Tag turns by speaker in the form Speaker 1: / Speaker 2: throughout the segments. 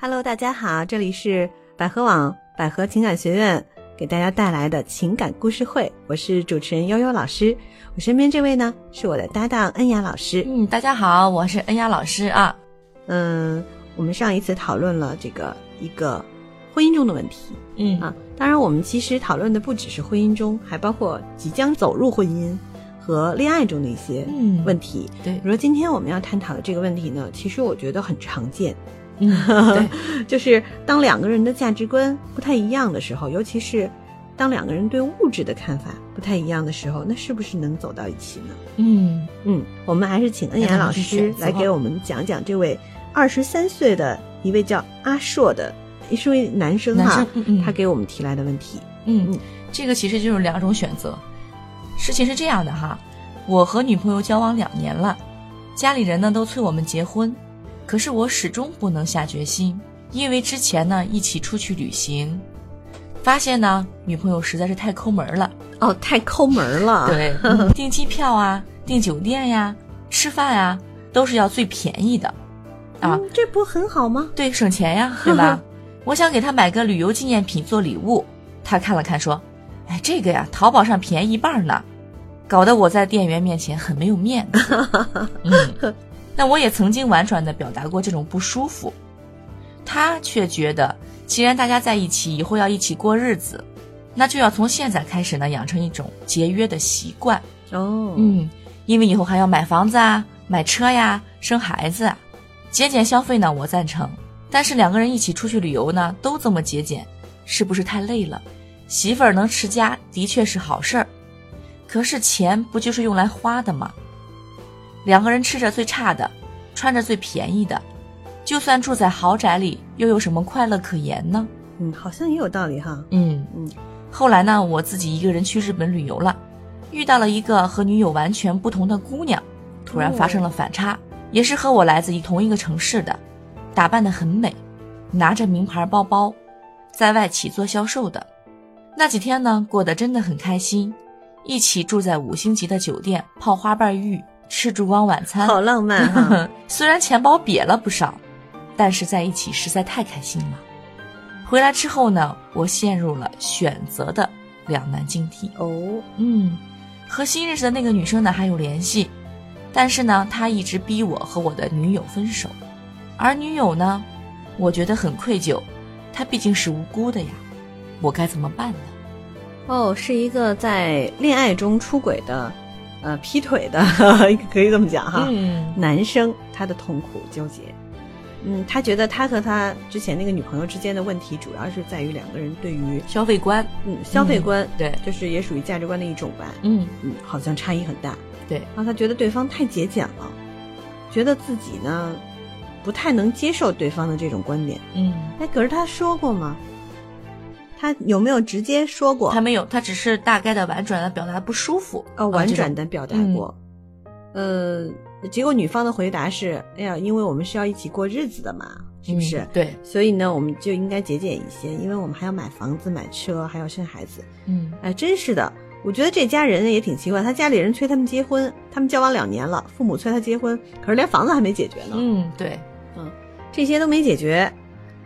Speaker 1: Hello，大家好，这里是百合网百合情感学院给大家带来的情感故事会，我是主持人悠悠老师。我身边这位呢，是我的搭档恩雅老师。
Speaker 2: 嗯，大家好，我是恩雅老师啊。
Speaker 1: 嗯，我们上一次讨论了这个一个婚姻中的问题
Speaker 2: 嗯
Speaker 1: 啊，当然我们其实讨论的不只是婚姻中，还包括即将走入婚姻和恋爱中的一些
Speaker 2: 嗯
Speaker 1: 问题。
Speaker 2: 对
Speaker 1: 比，如说今天我们要探讨的这个问题呢，其实我觉得很常见。
Speaker 2: 嗯 对，
Speaker 1: 就是当两个人的价值观不太一样的时候，尤其是当两个人对物质的看法不太一样的时候，那是不是能走到一起呢？
Speaker 2: 嗯
Speaker 1: 嗯，我们还是请恩雅老师来给我们讲讲这位二十三岁的一位叫阿硕的，是位男生
Speaker 2: 男
Speaker 1: 哈、
Speaker 2: 生嗯嗯
Speaker 1: 他给我们提来的问题。
Speaker 2: 嗯，这个其实就是两种选择。事情是这样的哈，我和女朋友交往两年了，家里人呢都催我们结婚，可是我始终不能下决心，因为之前呢一起出去旅行，发现呢女朋友实在是太抠门了。
Speaker 1: 哦，太抠门了。
Speaker 2: 对， 订机票啊，订酒店呀、吃饭啊，都是要最便宜的啊。
Speaker 1: 嗯，这不很好吗？
Speaker 2: 对，省钱呀，对吧？我想给他买个旅游纪念品做礼物，他看了看说：“哎，这个呀，淘宝上便宜一半呢。”搞得我在店员面前很没有面子。嗯，那我也曾经婉转地表达过这种不舒服，他却觉得，既然大家在一起，以后要一起过日子，那就要从现在开始呢，养成一种节约的习惯。
Speaker 1: 哦，，
Speaker 2: 嗯，因为以后还要买房子啊、买车呀、生孩子啊，节俭消费呢，我赞成。但是两个人一起出去旅游呢，都这么节俭，是不是太累了？媳妇儿能持家的确是好事儿，可是钱不就是用来花的吗？两个人吃着最差的，穿着最便宜的，就算住在豪宅里，又有什么快乐可言呢？
Speaker 1: 嗯，好像也有道理哈。
Speaker 2: 嗯
Speaker 1: 嗯，
Speaker 2: 后来呢，我自己一个人去日本旅游了，遇到了一个和女友完全不同的姑娘，突然发生了反差，也是和我来自于同一个城市的，打扮得很美，拿着名牌包包，在外企做销售的。那几天呢，过得真的很开心，一起住在五星级的酒店，泡花瓣浴，吃烛光晚餐，
Speaker 1: 好浪漫 哈。
Speaker 2: 嗯 虽然钱包瘪了不少，但是在一起实在太开心了。回来之后呢，我陷入了选择的两难境地。
Speaker 1: 哦，
Speaker 2: 嗯，和新认识的那个女生呢还有联系，但是呢，她一直逼我和我的女友分手，而女友呢，我觉得很愧疚，她毕竟是无辜的呀，我该怎么办呢？
Speaker 1: 哦，是一个在恋爱中出轨的，呃，劈腿的， 可以这么讲哈。
Speaker 2: 嗯
Speaker 1: 男生他的痛苦纠结，嗯，他觉得他和他之前那个女朋友之间的问题，主要是在于两个人对于
Speaker 2: 消费观，
Speaker 1: 嗯消费观，
Speaker 2: 对，
Speaker 1: 就是也属于价值观的一种吧，
Speaker 2: 嗯
Speaker 1: 嗯，好像差异很大。
Speaker 2: 对，
Speaker 1: 然后他觉得对方太节俭了，觉得自己呢不太能接受对方的这种观点。
Speaker 2: 嗯，
Speaker 1: 哎，可是他说过吗？他有没有直接说过？
Speaker 2: 她没有，她只是大概的婉转的表达不舒服，
Speaker 1: 呃，婉
Speaker 2: 啊这种嗯
Speaker 1: 转的表达过。呃，结果女方的回答是：“哎呀，因为我们是要一起过日子的嘛，是不是？
Speaker 2: 嗯对，
Speaker 1: 所以呢，我们就应该节俭一些，因为我们还要买房子、买车，还要生孩子。
Speaker 2: 嗯
Speaker 1: 哎，真是的，我觉得这家人也挺奇怪，他家里人催他们结婚，他们交往两年了，父母催他结婚，可是连房子还没解决呢，
Speaker 2: 嗯，对，
Speaker 1: 这些都没解决，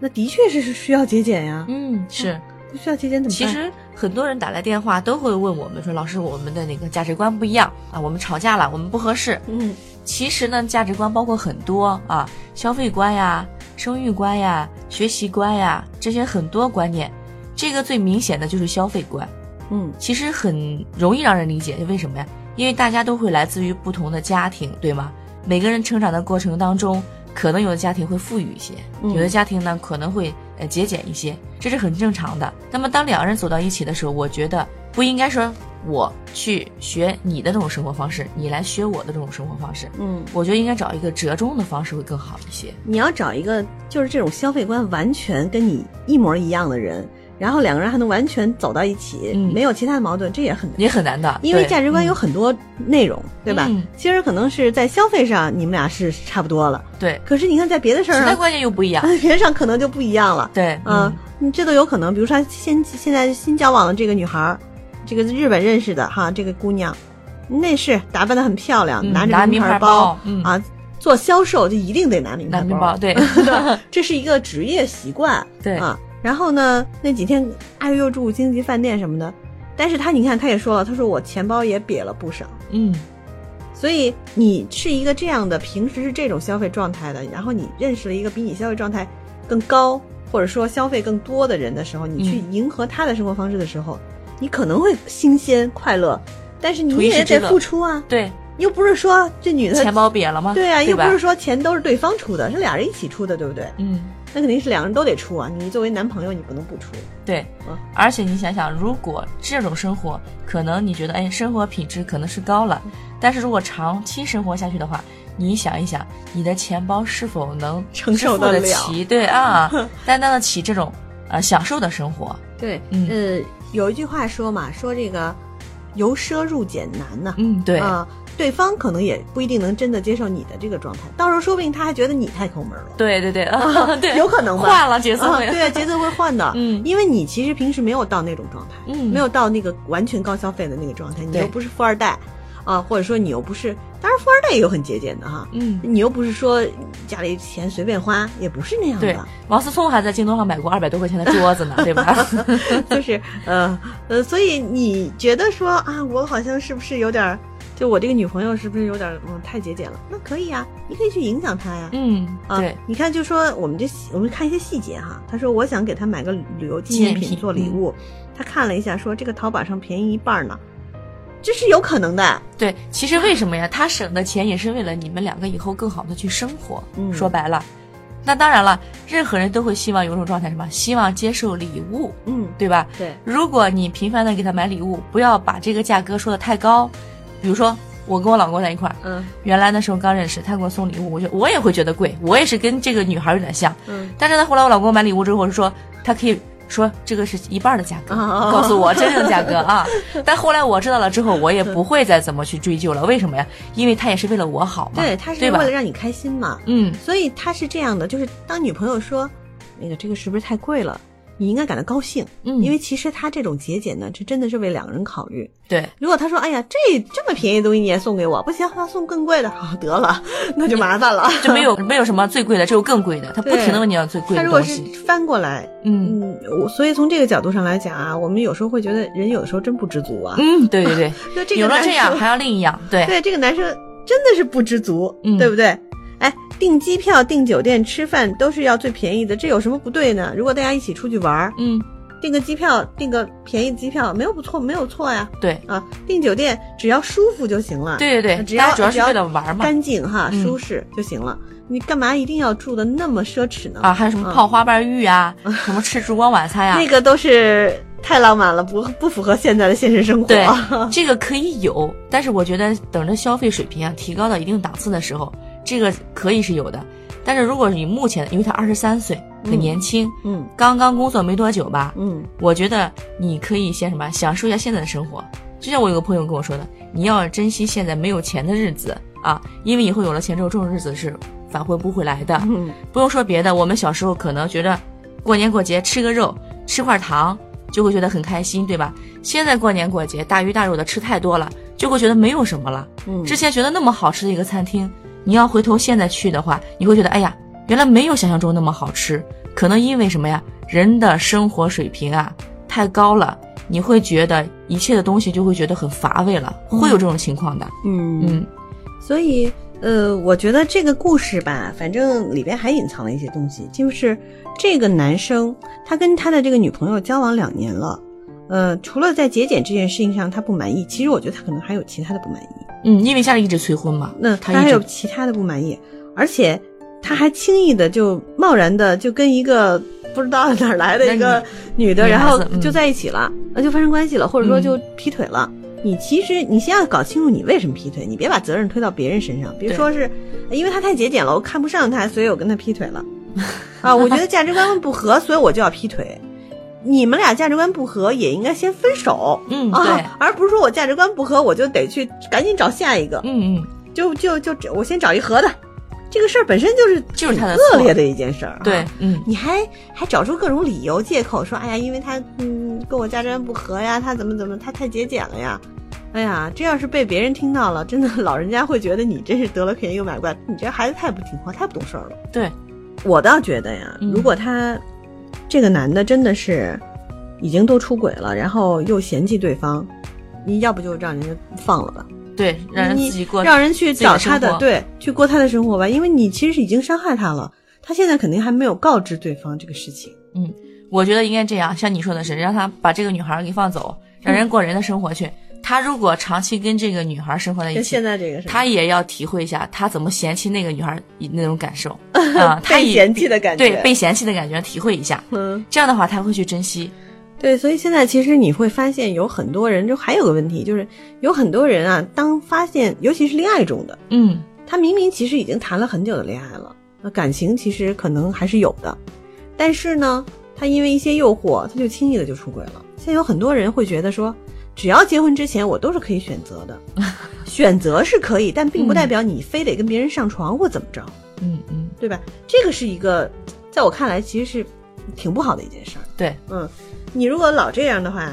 Speaker 1: 那的确是需要节俭呀。
Speaker 2: 嗯是。
Speaker 1: 不需要节俭怎么办？
Speaker 2: 其实很多人打来电话都会问我们说，老师，我们的那个价值观不一样啊，我们吵架了，我们不合适。
Speaker 1: 嗯，
Speaker 2: 其实呢，价值观包括很多啊，消费观呀、生育观呀、学习观呀，这些很多观念。这个最明显的就是消费观，
Speaker 1: 嗯
Speaker 2: 其实很容易让人理解，为什么呀？因为大家都会来自于不同的家庭，对吗？每个人成长的过程当中，可能有的家庭会富裕一些，
Speaker 1: 嗯
Speaker 2: 有的家庭呢可能会呃节俭一些，这是很正常的。那么当两个人走到一起的时候，我觉得不应该说我去学你的那种生活方式，你来学我的这种生活方式。
Speaker 1: 嗯，
Speaker 2: 我觉得应该找一个折中的方式会更好一些。
Speaker 1: 你要找一个就是这种消费观完全跟你一模一样的人，然后两个人还能完全走到一起，
Speaker 2: 嗯
Speaker 1: 没有其他的矛盾，这也很难。
Speaker 2: 也很难的，
Speaker 1: 因为
Speaker 2: 对
Speaker 1: 价值观有很多内容，对吧？
Speaker 2: 嗯
Speaker 1: 其实可能是在消费上你们俩是差不多了，
Speaker 2: 嗯对，
Speaker 1: 可是你看在别的事
Speaker 2: 其
Speaker 1: 儿
Speaker 2: 他
Speaker 1: 上，
Speaker 2: 观念又不一样。
Speaker 1: 别的上可能就不一样了。
Speaker 2: 对，
Speaker 1: 嗯，你这都有可能。比如说现现在新交往的这个女孩儿，这个日本认识的哈，这个姑娘，那是打扮的很漂亮，
Speaker 2: 嗯
Speaker 1: 拿着
Speaker 2: 拿名
Speaker 1: 牌
Speaker 2: 牌包嗯
Speaker 1: 啊，做销售就一定得拿名牌
Speaker 2: 拿面包，对
Speaker 1: 对这是一个职业习惯。
Speaker 2: 对
Speaker 1: 啊，然后呢，那几天阿月又住星级饭店什么的，但是他你看他也说了，他说我钱包也瘪了不少。
Speaker 2: 嗯，
Speaker 1: 所以你是一个这样的，平时是这种消费状态的，然后你认识了一个比你消费状态更高，或者说消费更多的人的时候，你去迎合他的生活方式的时候，你可能会新鲜快乐，但是你
Speaker 2: 图一时
Speaker 1: 也
Speaker 2: 之
Speaker 1: 得
Speaker 2: 乐
Speaker 1: 付出啊，
Speaker 2: 对，
Speaker 1: 又不是说这女的
Speaker 2: 钱包瘪了吗？
Speaker 1: 呃对啊，又不
Speaker 2: 吧
Speaker 1: 是说钱都是对方出的，是俩人一起出的，对不对？
Speaker 2: 嗯，
Speaker 1: 那肯定是两人都得出啊，你作为男朋友你不能不出，
Speaker 2: 对
Speaker 1: 嗯。
Speaker 2: 而且你想想，如果这种生活，可能你觉得哎，生活品质可能是高
Speaker 1: 嗯
Speaker 2: 了，但是如果长期生活下去的话，你想一想，你的钱包是否能
Speaker 1: 承受
Speaker 2: 支付
Speaker 1: 得
Speaker 2: 得
Speaker 1: 了
Speaker 2: 起？对啊，担当得起这种呃享受的生活？
Speaker 1: 对，
Speaker 2: 嗯
Speaker 1: 呃，有一句话说嘛，说这个由奢入俭难呐、
Speaker 2: 嗯，对，
Speaker 1: 啊、对方可能也不一定能真的接受你的这个状态，到时候说不定他还觉得你太抠门了，
Speaker 2: 对对对，啊、 对，
Speaker 1: 有可能吧？
Speaker 2: 换了角色
Speaker 1: 啊
Speaker 2: 会，
Speaker 1: 对啊，节奏会换的，
Speaker 2: 嗯
Speaker 1: 因为你其实平时没有到那种状态，
Speaker 2: 嗯
Speaker 1: 没有到那个完全高消费的那个状态，你
Speaker 2: 对
Speaker 1: 又不是富二代啊，或者说你又不是，当然富二代也有很节俭的哈，
Speaker 2: 嗯。
Speaker 1: 你又不是说家里钱随便花，也不是那样
Speaker 2: 对
Speaker 1: 的，，
Speaker 2: 王思聪还在京东上买过二百多块钱的桌子呢，对吧？
Speaker 1: 就是呃呃，所以你觉得说啊，我好像是不是有点儿，就我这个女朋友是不是有点儿嗯太节俭了？那可以啊，你可以去影响她呀。
Speaker 2: 嗯，
Speaker 1: 啊
Speaker 2: 对，，
Speaker 1: 你看，就说我们这细我们看一些细节哈。他说我想给他买个旅游纪
Speaker 2: 纪
Speaker 1: 念
Speaker 2: 念
Speaker 1: 品
Speaker 2: 品
Speaker 1: 做礼物，他看了一下说这个淘宝上便宜一半呢，这是有可能的。
Speaker 2: 对，其实为什么呀？他省的钱也是为了你们两个以后更好的去生活。
Speaker 1: 嗯
Speaker 2: 说白了，那当然了，任何人都会希望有一种状态，什么？希望接受礼物，
Speaker 1: 嗯，
Speaker 2: 对吧？
Speaker 1: 对，
Speaker 2: 如果你频繁的给他买礼物，不要把这个价格说的太高。比如说，我跟我老公在一块儿，
Speaker 1: 嗯
Speaker 2: 原来那时候刚认识，他给我送礼物，我就我也会觉得贵，我也是跟这个女孩有点像。
Speaker 1: 嗯，
Speaker 2: 但是呢，后来我老公买礼物之后，我就说他可以说这个是一半的价格，
Speaker 1: 哦
Speaker 2: 告诉我真正价格 啊。但后来我知道了之后，我也不会再怎么去追究了。为什么呀？因为他也是为了我好嘛，
Speaker 1: 对，他是
Speaker 2: 对
Speaker 1: 为
Speaker 2: 吧
Speaker 1: 了？让你开心嘛。
Speaker 2: 嗯，
Speaker 1: 所以他是这样的，就是当女朋友说那个这个是不是太贵了，你应该感到高兴，
Speaker 2: 嗯
Speaker 1: 因为其实他这种节俭呢，这真的是为两个人考虑。
Speaker 2: 对，
Speaker 1: 如果他说，哎呀，这这么便宜的东西你也送给我，不行，那送更贵的，好得了， 那就麻烦了。
Speaker 2: 就没有 没有什么最贵的，只有更贵的。他不停的问你要最贵
Speaker 1: 他
Speaker 2: 的
Speaker 1: 如果
Speaker 2: 东
Speaker 1: 是
Speaker 2: 西。
Speaker 1: 翻过来，
Speaker 2: 嗯
Speaker 1: 嗯，我所以从这个角度上来讲啊，我们有时候会觉得人有的时候真不知足啊。
Speaker 2: 嗯，对对对，
Speaker 1: 就 这个
Speaker 2: 有了
Speaker 1: 男
Speaker 2: 这样
Speaker 1: 生
Speaker 2: 还要另一样，对
Speaker 1: 对这个男生真的是不知足，
Speaker 2: 嗯
Speaker 1: 对不对？哎，订机票、订酒店、吃饭都是要最便宜的，这有什么不对呢？如果大家一起出去玩儿，
Speaker 2: 嗯
Speaker 1: 订个机票，订个便宜的机票，没有不错，没有错呀。
Speaker 2: 对
Speaker 1: 啊，订酒店只要舒服就行了，，
Speaker 2: 对对
Speaker 1: 只
Speaker 2: 对，
Speaker 1: 要
Speaker 2: 大家主要是为了玩嘛。
Speaker 1: 干净哈，
Speaker 2: 嗯
Speaker 1: 舒适就行了。你干嘛一定要住的那么奢侈呢？
Speaker 2: 啊，还有什
Speaker 1: 嗯
Speaker 2: 么泡花瓣浴啊，什么吃烛光晚餐呀、
Speaker 1: 那个都是太浪漫了，不不符合现在的现实生活。啊
Speaker 2: 对，这个可以有，但是我觉得等着消费水平啊提高到一定档次的时候，这个可以是有的。但是如果你目前，因为他二十三岁，很
Speaker 1: 嗯
Speaker 2: 年轻，
Speaker 1: 嗯
Speaker 2: 刚刚工作没多久吧，
Speaker 1: 嗯
Speaker 2: 我觉得你可以先什么，享受一下现在的生活。就像我有个朋友跟我说的，你要珍惜现在没有钱的日子啊，因为以后有了钱之后，这种日子是返回不回来的。
Speaker 1: 嗯，
Speaker 2: 不用说别的，我们小时候可能觉得过年过节吃个肉、吃块糖就会觉得很开心，对吧？现在过年过节大鱼大肉的吃太多了，就会觉得没有什么了。
Speaker 1: 嗯
Speaker 2: 之前觉得那么好吃的一个餐厅，你要回头现在去的话，你会觉得哎呀，原来没有想象中那么好吃。可能因为什么呀？人的生活水平啊太高了，你会觉得一切的东西就会觉得很乏味了，会有这种情况的。
Speaker 1: 嗯，
Speaker 2: 嗯
Speaker 1: 所以呃，我觉得这个故事吧，反正里边还隐藏了一些东西，就是这个男生他跟他的这个女朋友交往两年了，呃，除了在节俭这件事情上他不满意，其实我觉得他可能还有其他的不满意。
Speaker 2: 嗯，因为家里一直催婚嘛，
Speaker 1: 那
Speaker 2: 他
Speaker 1: 他还
Speaker 2: 一直
Speaker 1: 有其他的不满意，而且他还轻易的就贸然的就跟一个不知道哪儿来的一个女的，
Speaker 2: 女
Speaker 1: 然
Speaker 2: 孩
Speaker 1: 后
Speaker 2: 子嗯
Speaker 1: 就在一起了，那、就发生关系了，或者说就劈腿了。你其实你先要搞清楚你为什么劈腿，你别把责任推到别人身上，别
Speaker 2: 对
Speaker 1: 说是因为他太节俭了，我看不上他，所以我跟他劈腿了。啊，我觉得价值观不合，所以我就要劈腿。你们俩价值观不合，也应该先分手。
Speaker 2: 嗯对
Speaker 1: 啊，而不是说我价值观不合，我就得去赶紧找下一个。
Speaker 2: 嗯嗯
Speaker 1: 就就就只我先找一合的，这个事儿本身就是
Speaker 2: 就是他的
Speaker 1: 挺恶
Speaker 2: 错
Speaker 1: 劣的一件事儿、啊。
Speaker 2: 对，嗯。
Speaker 1: 你还还找出各种理由借口说，哎呀，因为他嗯跟我价值观不合呀，他怎么怎么，他太节俭了呀。哎呀，这要是被别人听到了，真的老人家会觉得你真是得了便宜又买乖，你这孩子太不听话，太不懂事儿了。
Speaker 2: 对，
Speaker 1: 我倒觉得呀，
Speaker 2: 嗯
Speaker 1: 如果他、这个男的真的是已经都出轨了，然后又嫌弃对方，你要不就让人家放了吧，
Speaker 2: 对，让人
Speaker 1: 你
Speaker 2: 自己过。
Speaker 1: 让人去找他
Speaker 2: 自己的生
Speaker 1: 的
Speaker 2: 活
Speaker 1: 对，去过他的生活吧，因为你其实已经伤害他了，他现在肯定还没有告知对方这个事情。
Speaker 2: 我觉得应该这样，像你说的是，让他把这个女孩给放走，让人过人的生活去。他如果长期跟这个女孩生活在一
Speaker 1: 就
Speaker 2: 起
Speaker 1: 现，在这个是吧
Speaker 2: 他也要体会一下他怎么嫌弃那个女孩那种 感受啊，他
Speaker 1: 被
Speaker 2: 也
Speaker 1: 嫌弃的感觉，
Speaker 2: 对被嫌弃的感觉体会一下，
Speaker 1: 嗯。
Speaker 2: 这样的话他会去珍惜。
Speaker 1: 对，所以现在其实你会发现有很多人，就还有个问题，就是有很多人啊，当发现尤其是恋爱中的，
Speaker 2: 嗯，
Speaker 1: 他明明其实已经谈了很久的恋爱了，那感情其实可能还是有的，但是呢，他因为一些诱惑，他就轻易的就出轨了。现在有很多人会觉得说，只要结婚之前我都是可以选择的， 选择是可以，但并不代表你非得跟别人上床或怎么着，
Speaker 2: 嗯嗯，
Speaker 1: 对吧？这个是一个，在我看来其实是挺不好的一件事儿。
Speaker 2: 对，
Speaker 1: 嗯，你如果老这样的话，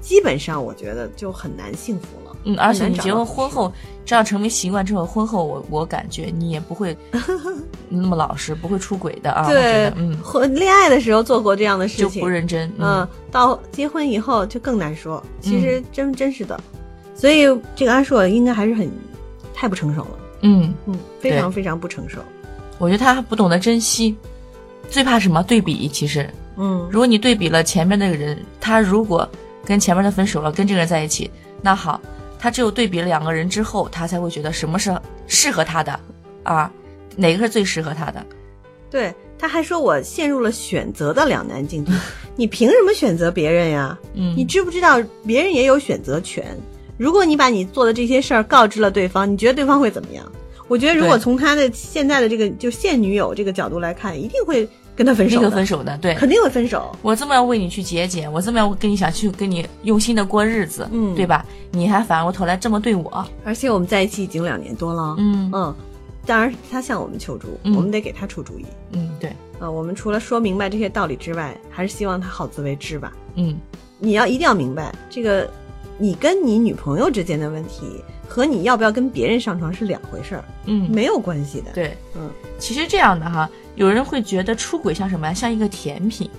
Speaker 1: 基本上我觉得就很难幸福了。
Speaker 2: 嗯，而且
Speaker 1: 很
Speaker 2: 你
Speaker 1: 难找
Speaker 2: 结
Speaker 1: 到
Speaker 2: 婚
Speaker 1: 合
Speaker 2: 婚
Speaker 1: 适
Speaker 2: 后，这样成为习惯之后，婚后我我感觉你也 不会那么老实，不会出轨的啊。我觉
Speaker 1: 对
Speaker 2: 得，嗯，
Speaker 1: 婚恋爱的时候做过这样的事
Speaker 2: 就
Speaker 1: 情，
Speaker 2: 不认真。
Speaker 1: 嗯，到结婚以后就更难说。其实真、真是的，所以这个阿硕应该还是很太不成熟了，
Speaker 2: 嗯，
Speaker 1: 嗯，非常
Speaker 2: 对
Speaker 1: 非常不成熟。
Speaker 2: 我觉得他不懂得珍惜，最怕什么？对比。其实，
Speaker 1: 嗯
Speaker 2: 如果你对比了前面那个人，他如果跟前面的分手了，跟这个人在一起，那好，他只有对比了两个人之后，他才会觉得什么是适合他的，啊，哪个是最适合他的？
Speaker 1: 对，他还说我陷入了选择的两难 境地，你凭什么选择别人呀？
Speaker 2: 嗯，
Speaker 1: 你知不知道别人也有选择权？如果你把你做的这些事儿告知了对方，你觉得对方会怎么样？我觉得如果
Speaker 2: 对
Speaker 1: 从他的现在的这个就现女友这个角度来看，一定会跟他分
Speaker 2: 立
Speaker 1: 手的，
Speaker 2: 刻分手的，对。
Speaker 1: 肯定会分手。
Speaker 2: 我这么要为你去节俭，我这么要跟你想去跟你用心的过日子，
Speaker 1: 嗯
Speaker 2: 对吧？你还反过头来这么对我，
Speaker 1: 而且我们在一起已经两年多了，
Speaker 2: 嗯
Speaker 1: 嗯，当然他向我们求助，
Speaker 2: 嗯
Speaker 1: 我们得给他出主意
Speaker 2: 嗯，对，
Speaker 1: 啊、我们除了说明白这些道理之外，还是希望他好自为之吧。
Speaker 2: 嗯，
Speaker 1: 你要一定要明白，这个你跟你女朋友之间的问题和你要不要跟别人上床是两回事儿，
Speaker 2: 嗯，
Speaker 1: 没有关系的。
Speaker 2: 对，
Speaker 1: 嗯，
Speaker 2: 其实这样的哈，有人会觉得出轨像什么呀？像一个甜品，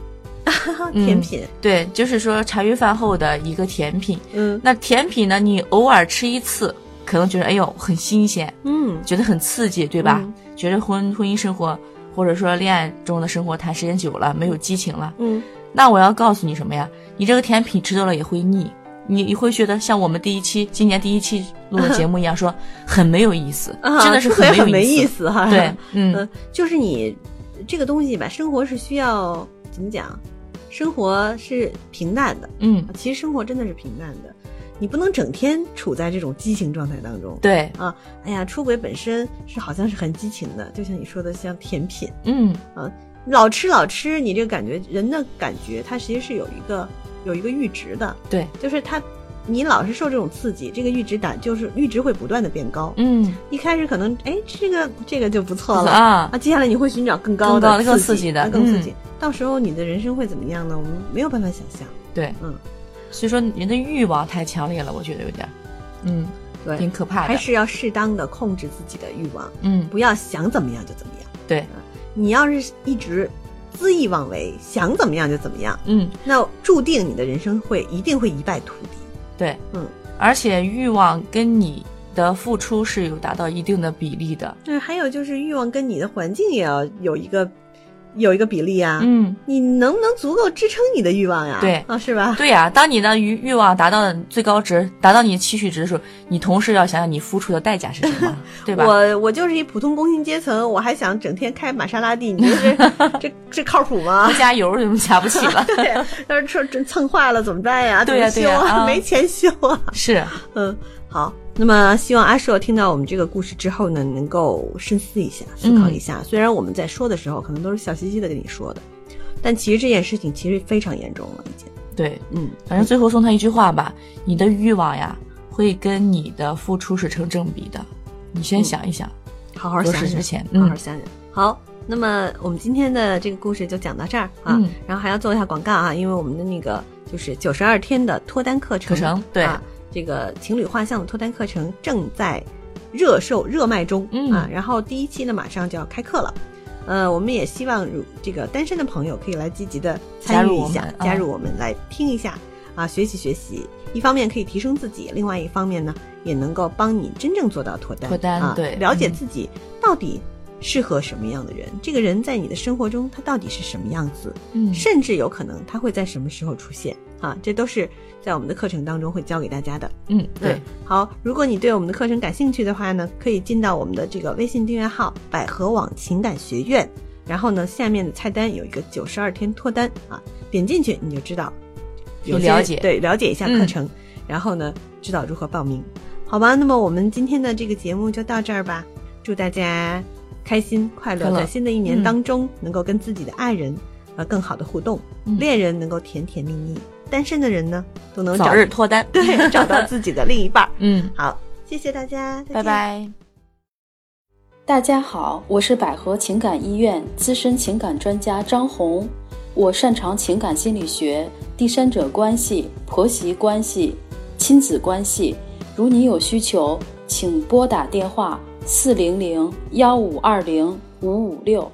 Speaker 1: 啊甜品，
Speaker 2: 对，就是说茶余饭后的一个甜品。
Speaker 1: 嗯
Speaker 2: 那甜品呢，你偶尔吃一次，可能觉得哎呦很新鲜，
Speaker 1: 嗯
Speaker 2: 觉得很刺激，对吧？
Speaker 1: 嗯
Speaker 2: 觉得婚婚姻生活或者说恋爱中的生活谈时间久了没有激情了，
Speaker 1: 嗯，
Speaker 2: 那我要告诉你什么呀？你这个甜品吃多了也会腻，你你会觉得像我们第一期今年第一期录的节目一样，说很没有意思，
Speaker 1: 啊
Speaker 2: 真的是
Speaker 1: 出轨
Speaker 2: 没有
Speaker 1: 很没
Speaker 2: 意
Speaker 1: 意。思哈。
Speaker 2: 对，嗯
Speaker 1: 嗯，就是你这个东西吧，生活是需要怎么讲？生活是平淡的，
Speaker 2: 嗯，
Speaker 1: 其实生活真的是平淡的，你不能整天处在这种激情状态当中。
Speaker 2: 对，
Speaker 1: 哎呀，出轨本身是好像是很激情的，就像你说的，像甜品，
Speaker 2: 嗯，
Speaker 1: 老吃老吃，你这个感觉，人的感觉，它其实是有一个有一个阈值的，
Speaker 2: 对，
Speaker 1: 就是它，你老是受这种刺激，这个阈值打就是阈值会不断的变高。
Speaker 2: 嗯，
Speaker 1: 一开始可能哎，这个这个就不错了
Speaker 2: 啊，
Speaker 1: 啊，接下来你会寻找更高
Speaker 2: 更高
Speaker 1: 的、
Speaker 2: 的更
Speaker 1: 刺
Speaker 2: 刺激的
Speaker 1: 啊更刺
Speaker 2: 嗯
Speaker 1: 激。到时候你的人生会怎么样呢？我们没有办法想象。
Speaker 2: 对，
Speaker 1: 嗯，
Speaker 2: 所以说人的欲望太强烈了，我觉得有点儿，嗯，
Speaker 1: 对，
Speaker 2: 挺可怕的。
Speaker 1: 还是要适当的控制自己的欲望，
Speaker 2: 嗯，
Speaker 1: 不要想怎么样就怎么样。
Speaker 2: 对，
Speaker 1: 你要是一直恣意妄为，想怎么样就怎么样，
Speaker 2: 嗯，
Speaker 1: 那注定你的人生会一定会一败涂地。
Speaker 2: 对，
Speaker 1: 嗯，
Speaker 2: 而且欲望跟你的付出是有达到一定的比例的。
Speaker 1: 对，还有就是欲望跟你的环境也要有一个有一个比例啊。
Speaker 2: 嗯，
Speaker 1: 你能不能足够支撑你的欲望呀？
Speaker 2: 对
Speaker 1: 啊，是吧？
Speaker 2: 对呀、当你的欲欲望达到最高值，达到你的期许值的时候，你同时要想想你付出的代价是什么，对吧？
Speaker 1: 我我就是一普通工薪阶层，我还想整天开玛莎拉蒂，你 说这这这靠谱吗
Speaker 2: 不？加油怎么加不起了？
Speaker 1: 对，要是说真蹭坏了怎么办呀？
Speaker 2: 对呀
Speaker 1: 怎么修
Speaker 2: 对呀啊
Speaker 1: 没钱修啊。
Speaker 2: 是，
Speaker 1: 嗯，好。那么希望阿硕听到我们这个故事之后呢，能够深思一下、思考一下。虽然我们在说的时候，可能都是笑嘻嘻的跟你说的，但其实这件事情其实非常严重了，已经。
Speaker 2: 对，
Speaker 1: 嗯，
Speaker 2: 反正最后送他一句话吧：你的欲望呀，会跟你的付出是成正比的。你先想一想，
Speaker 1: 好好
Speaker 2: 做
Speaker 1: 想
Speaker 2: 事之
Speaker 1: 想，
Speaker 2: 前，
Speaker 1: 好好
Speaker 2: 嗯，
Speaker 1: 想想。好，那么我们今天的这个故事就讲到这儿啊。
Speaker 2: 嗯
Speaker 1: 然后还要做一下广告啊，因为我们的那个就是九十二天的脱单课程，
Speaker 2: 课程对
Speaker 1: 啊这个情侣画像的脱单课程正在热售热卖中、
Speaker 2: 嗯
Speaker 1: 啊，然后第一期呢马上就要开课了。呃，我们也希望如这个单身的朋友可以来积极的参与一下，
Speaker 2: 加入我们嗯
Speaker 1: 加入我们来听一下啊，学习学习。一方面可以提升自己，另外一方面呢，也能够帮你真正做到脱单。
Speaker 2: 脱单
Speaker 1: 啊、
Speaker 2: 对
Speaker 1: 了解
Speaker 2: 嗯
Speaker 1: 自己到底适合什么样的人，这个人在你的生活中他到底是什么样子，
Speaker 2: 嗯，
Speaker 1: 甚至有可能他会在什么时候出现啊，这都是在我们的课程当中会教给大家的。
Speaker 2: 嗯，对
Speaker 1: 嗯，，好，如果你对我们的课程感兴趣的话呢，可以进到我们的这个微信订阅号“百合网情感学院”，然后呢，下面的菜单有一个九十二天脱单啊，点进去你就知道，有些
Speaker 2: 有了解嗯
Speaker 1: 对了解一下课程，然后呢，知道如何报名，好吧？那么我们今天的这个节目就到这儿吧，祝大家开心快乐，
Speaker 2: 快乐
Speaker 1: 在新的一年
Speaker 2: 嗯
Speaker 1: 当中、能够跟自己的爱人呃更好的互动，
Speaker 2: 嗯
Speaker 1: 恋人能够甜甜蜜蜜，单身的人呢都能
Speaker 2: 早
Speaker 1: 找
Speaker 2: 日脱单，
Speaker 1: 对，找到自己的另一半儿。
Speaker 2: 嗯，
Speaker 1: 好，谢谢大家，再见。
Speaker 2: 拜拜。
Speaker 3: 大家好，我是百合情感医院资深情感专家张红，我擅长情感心理学、第三者关系、婆媳关系、亲子关系。如您有需求，请拨打电话四零零幺五二零五五六。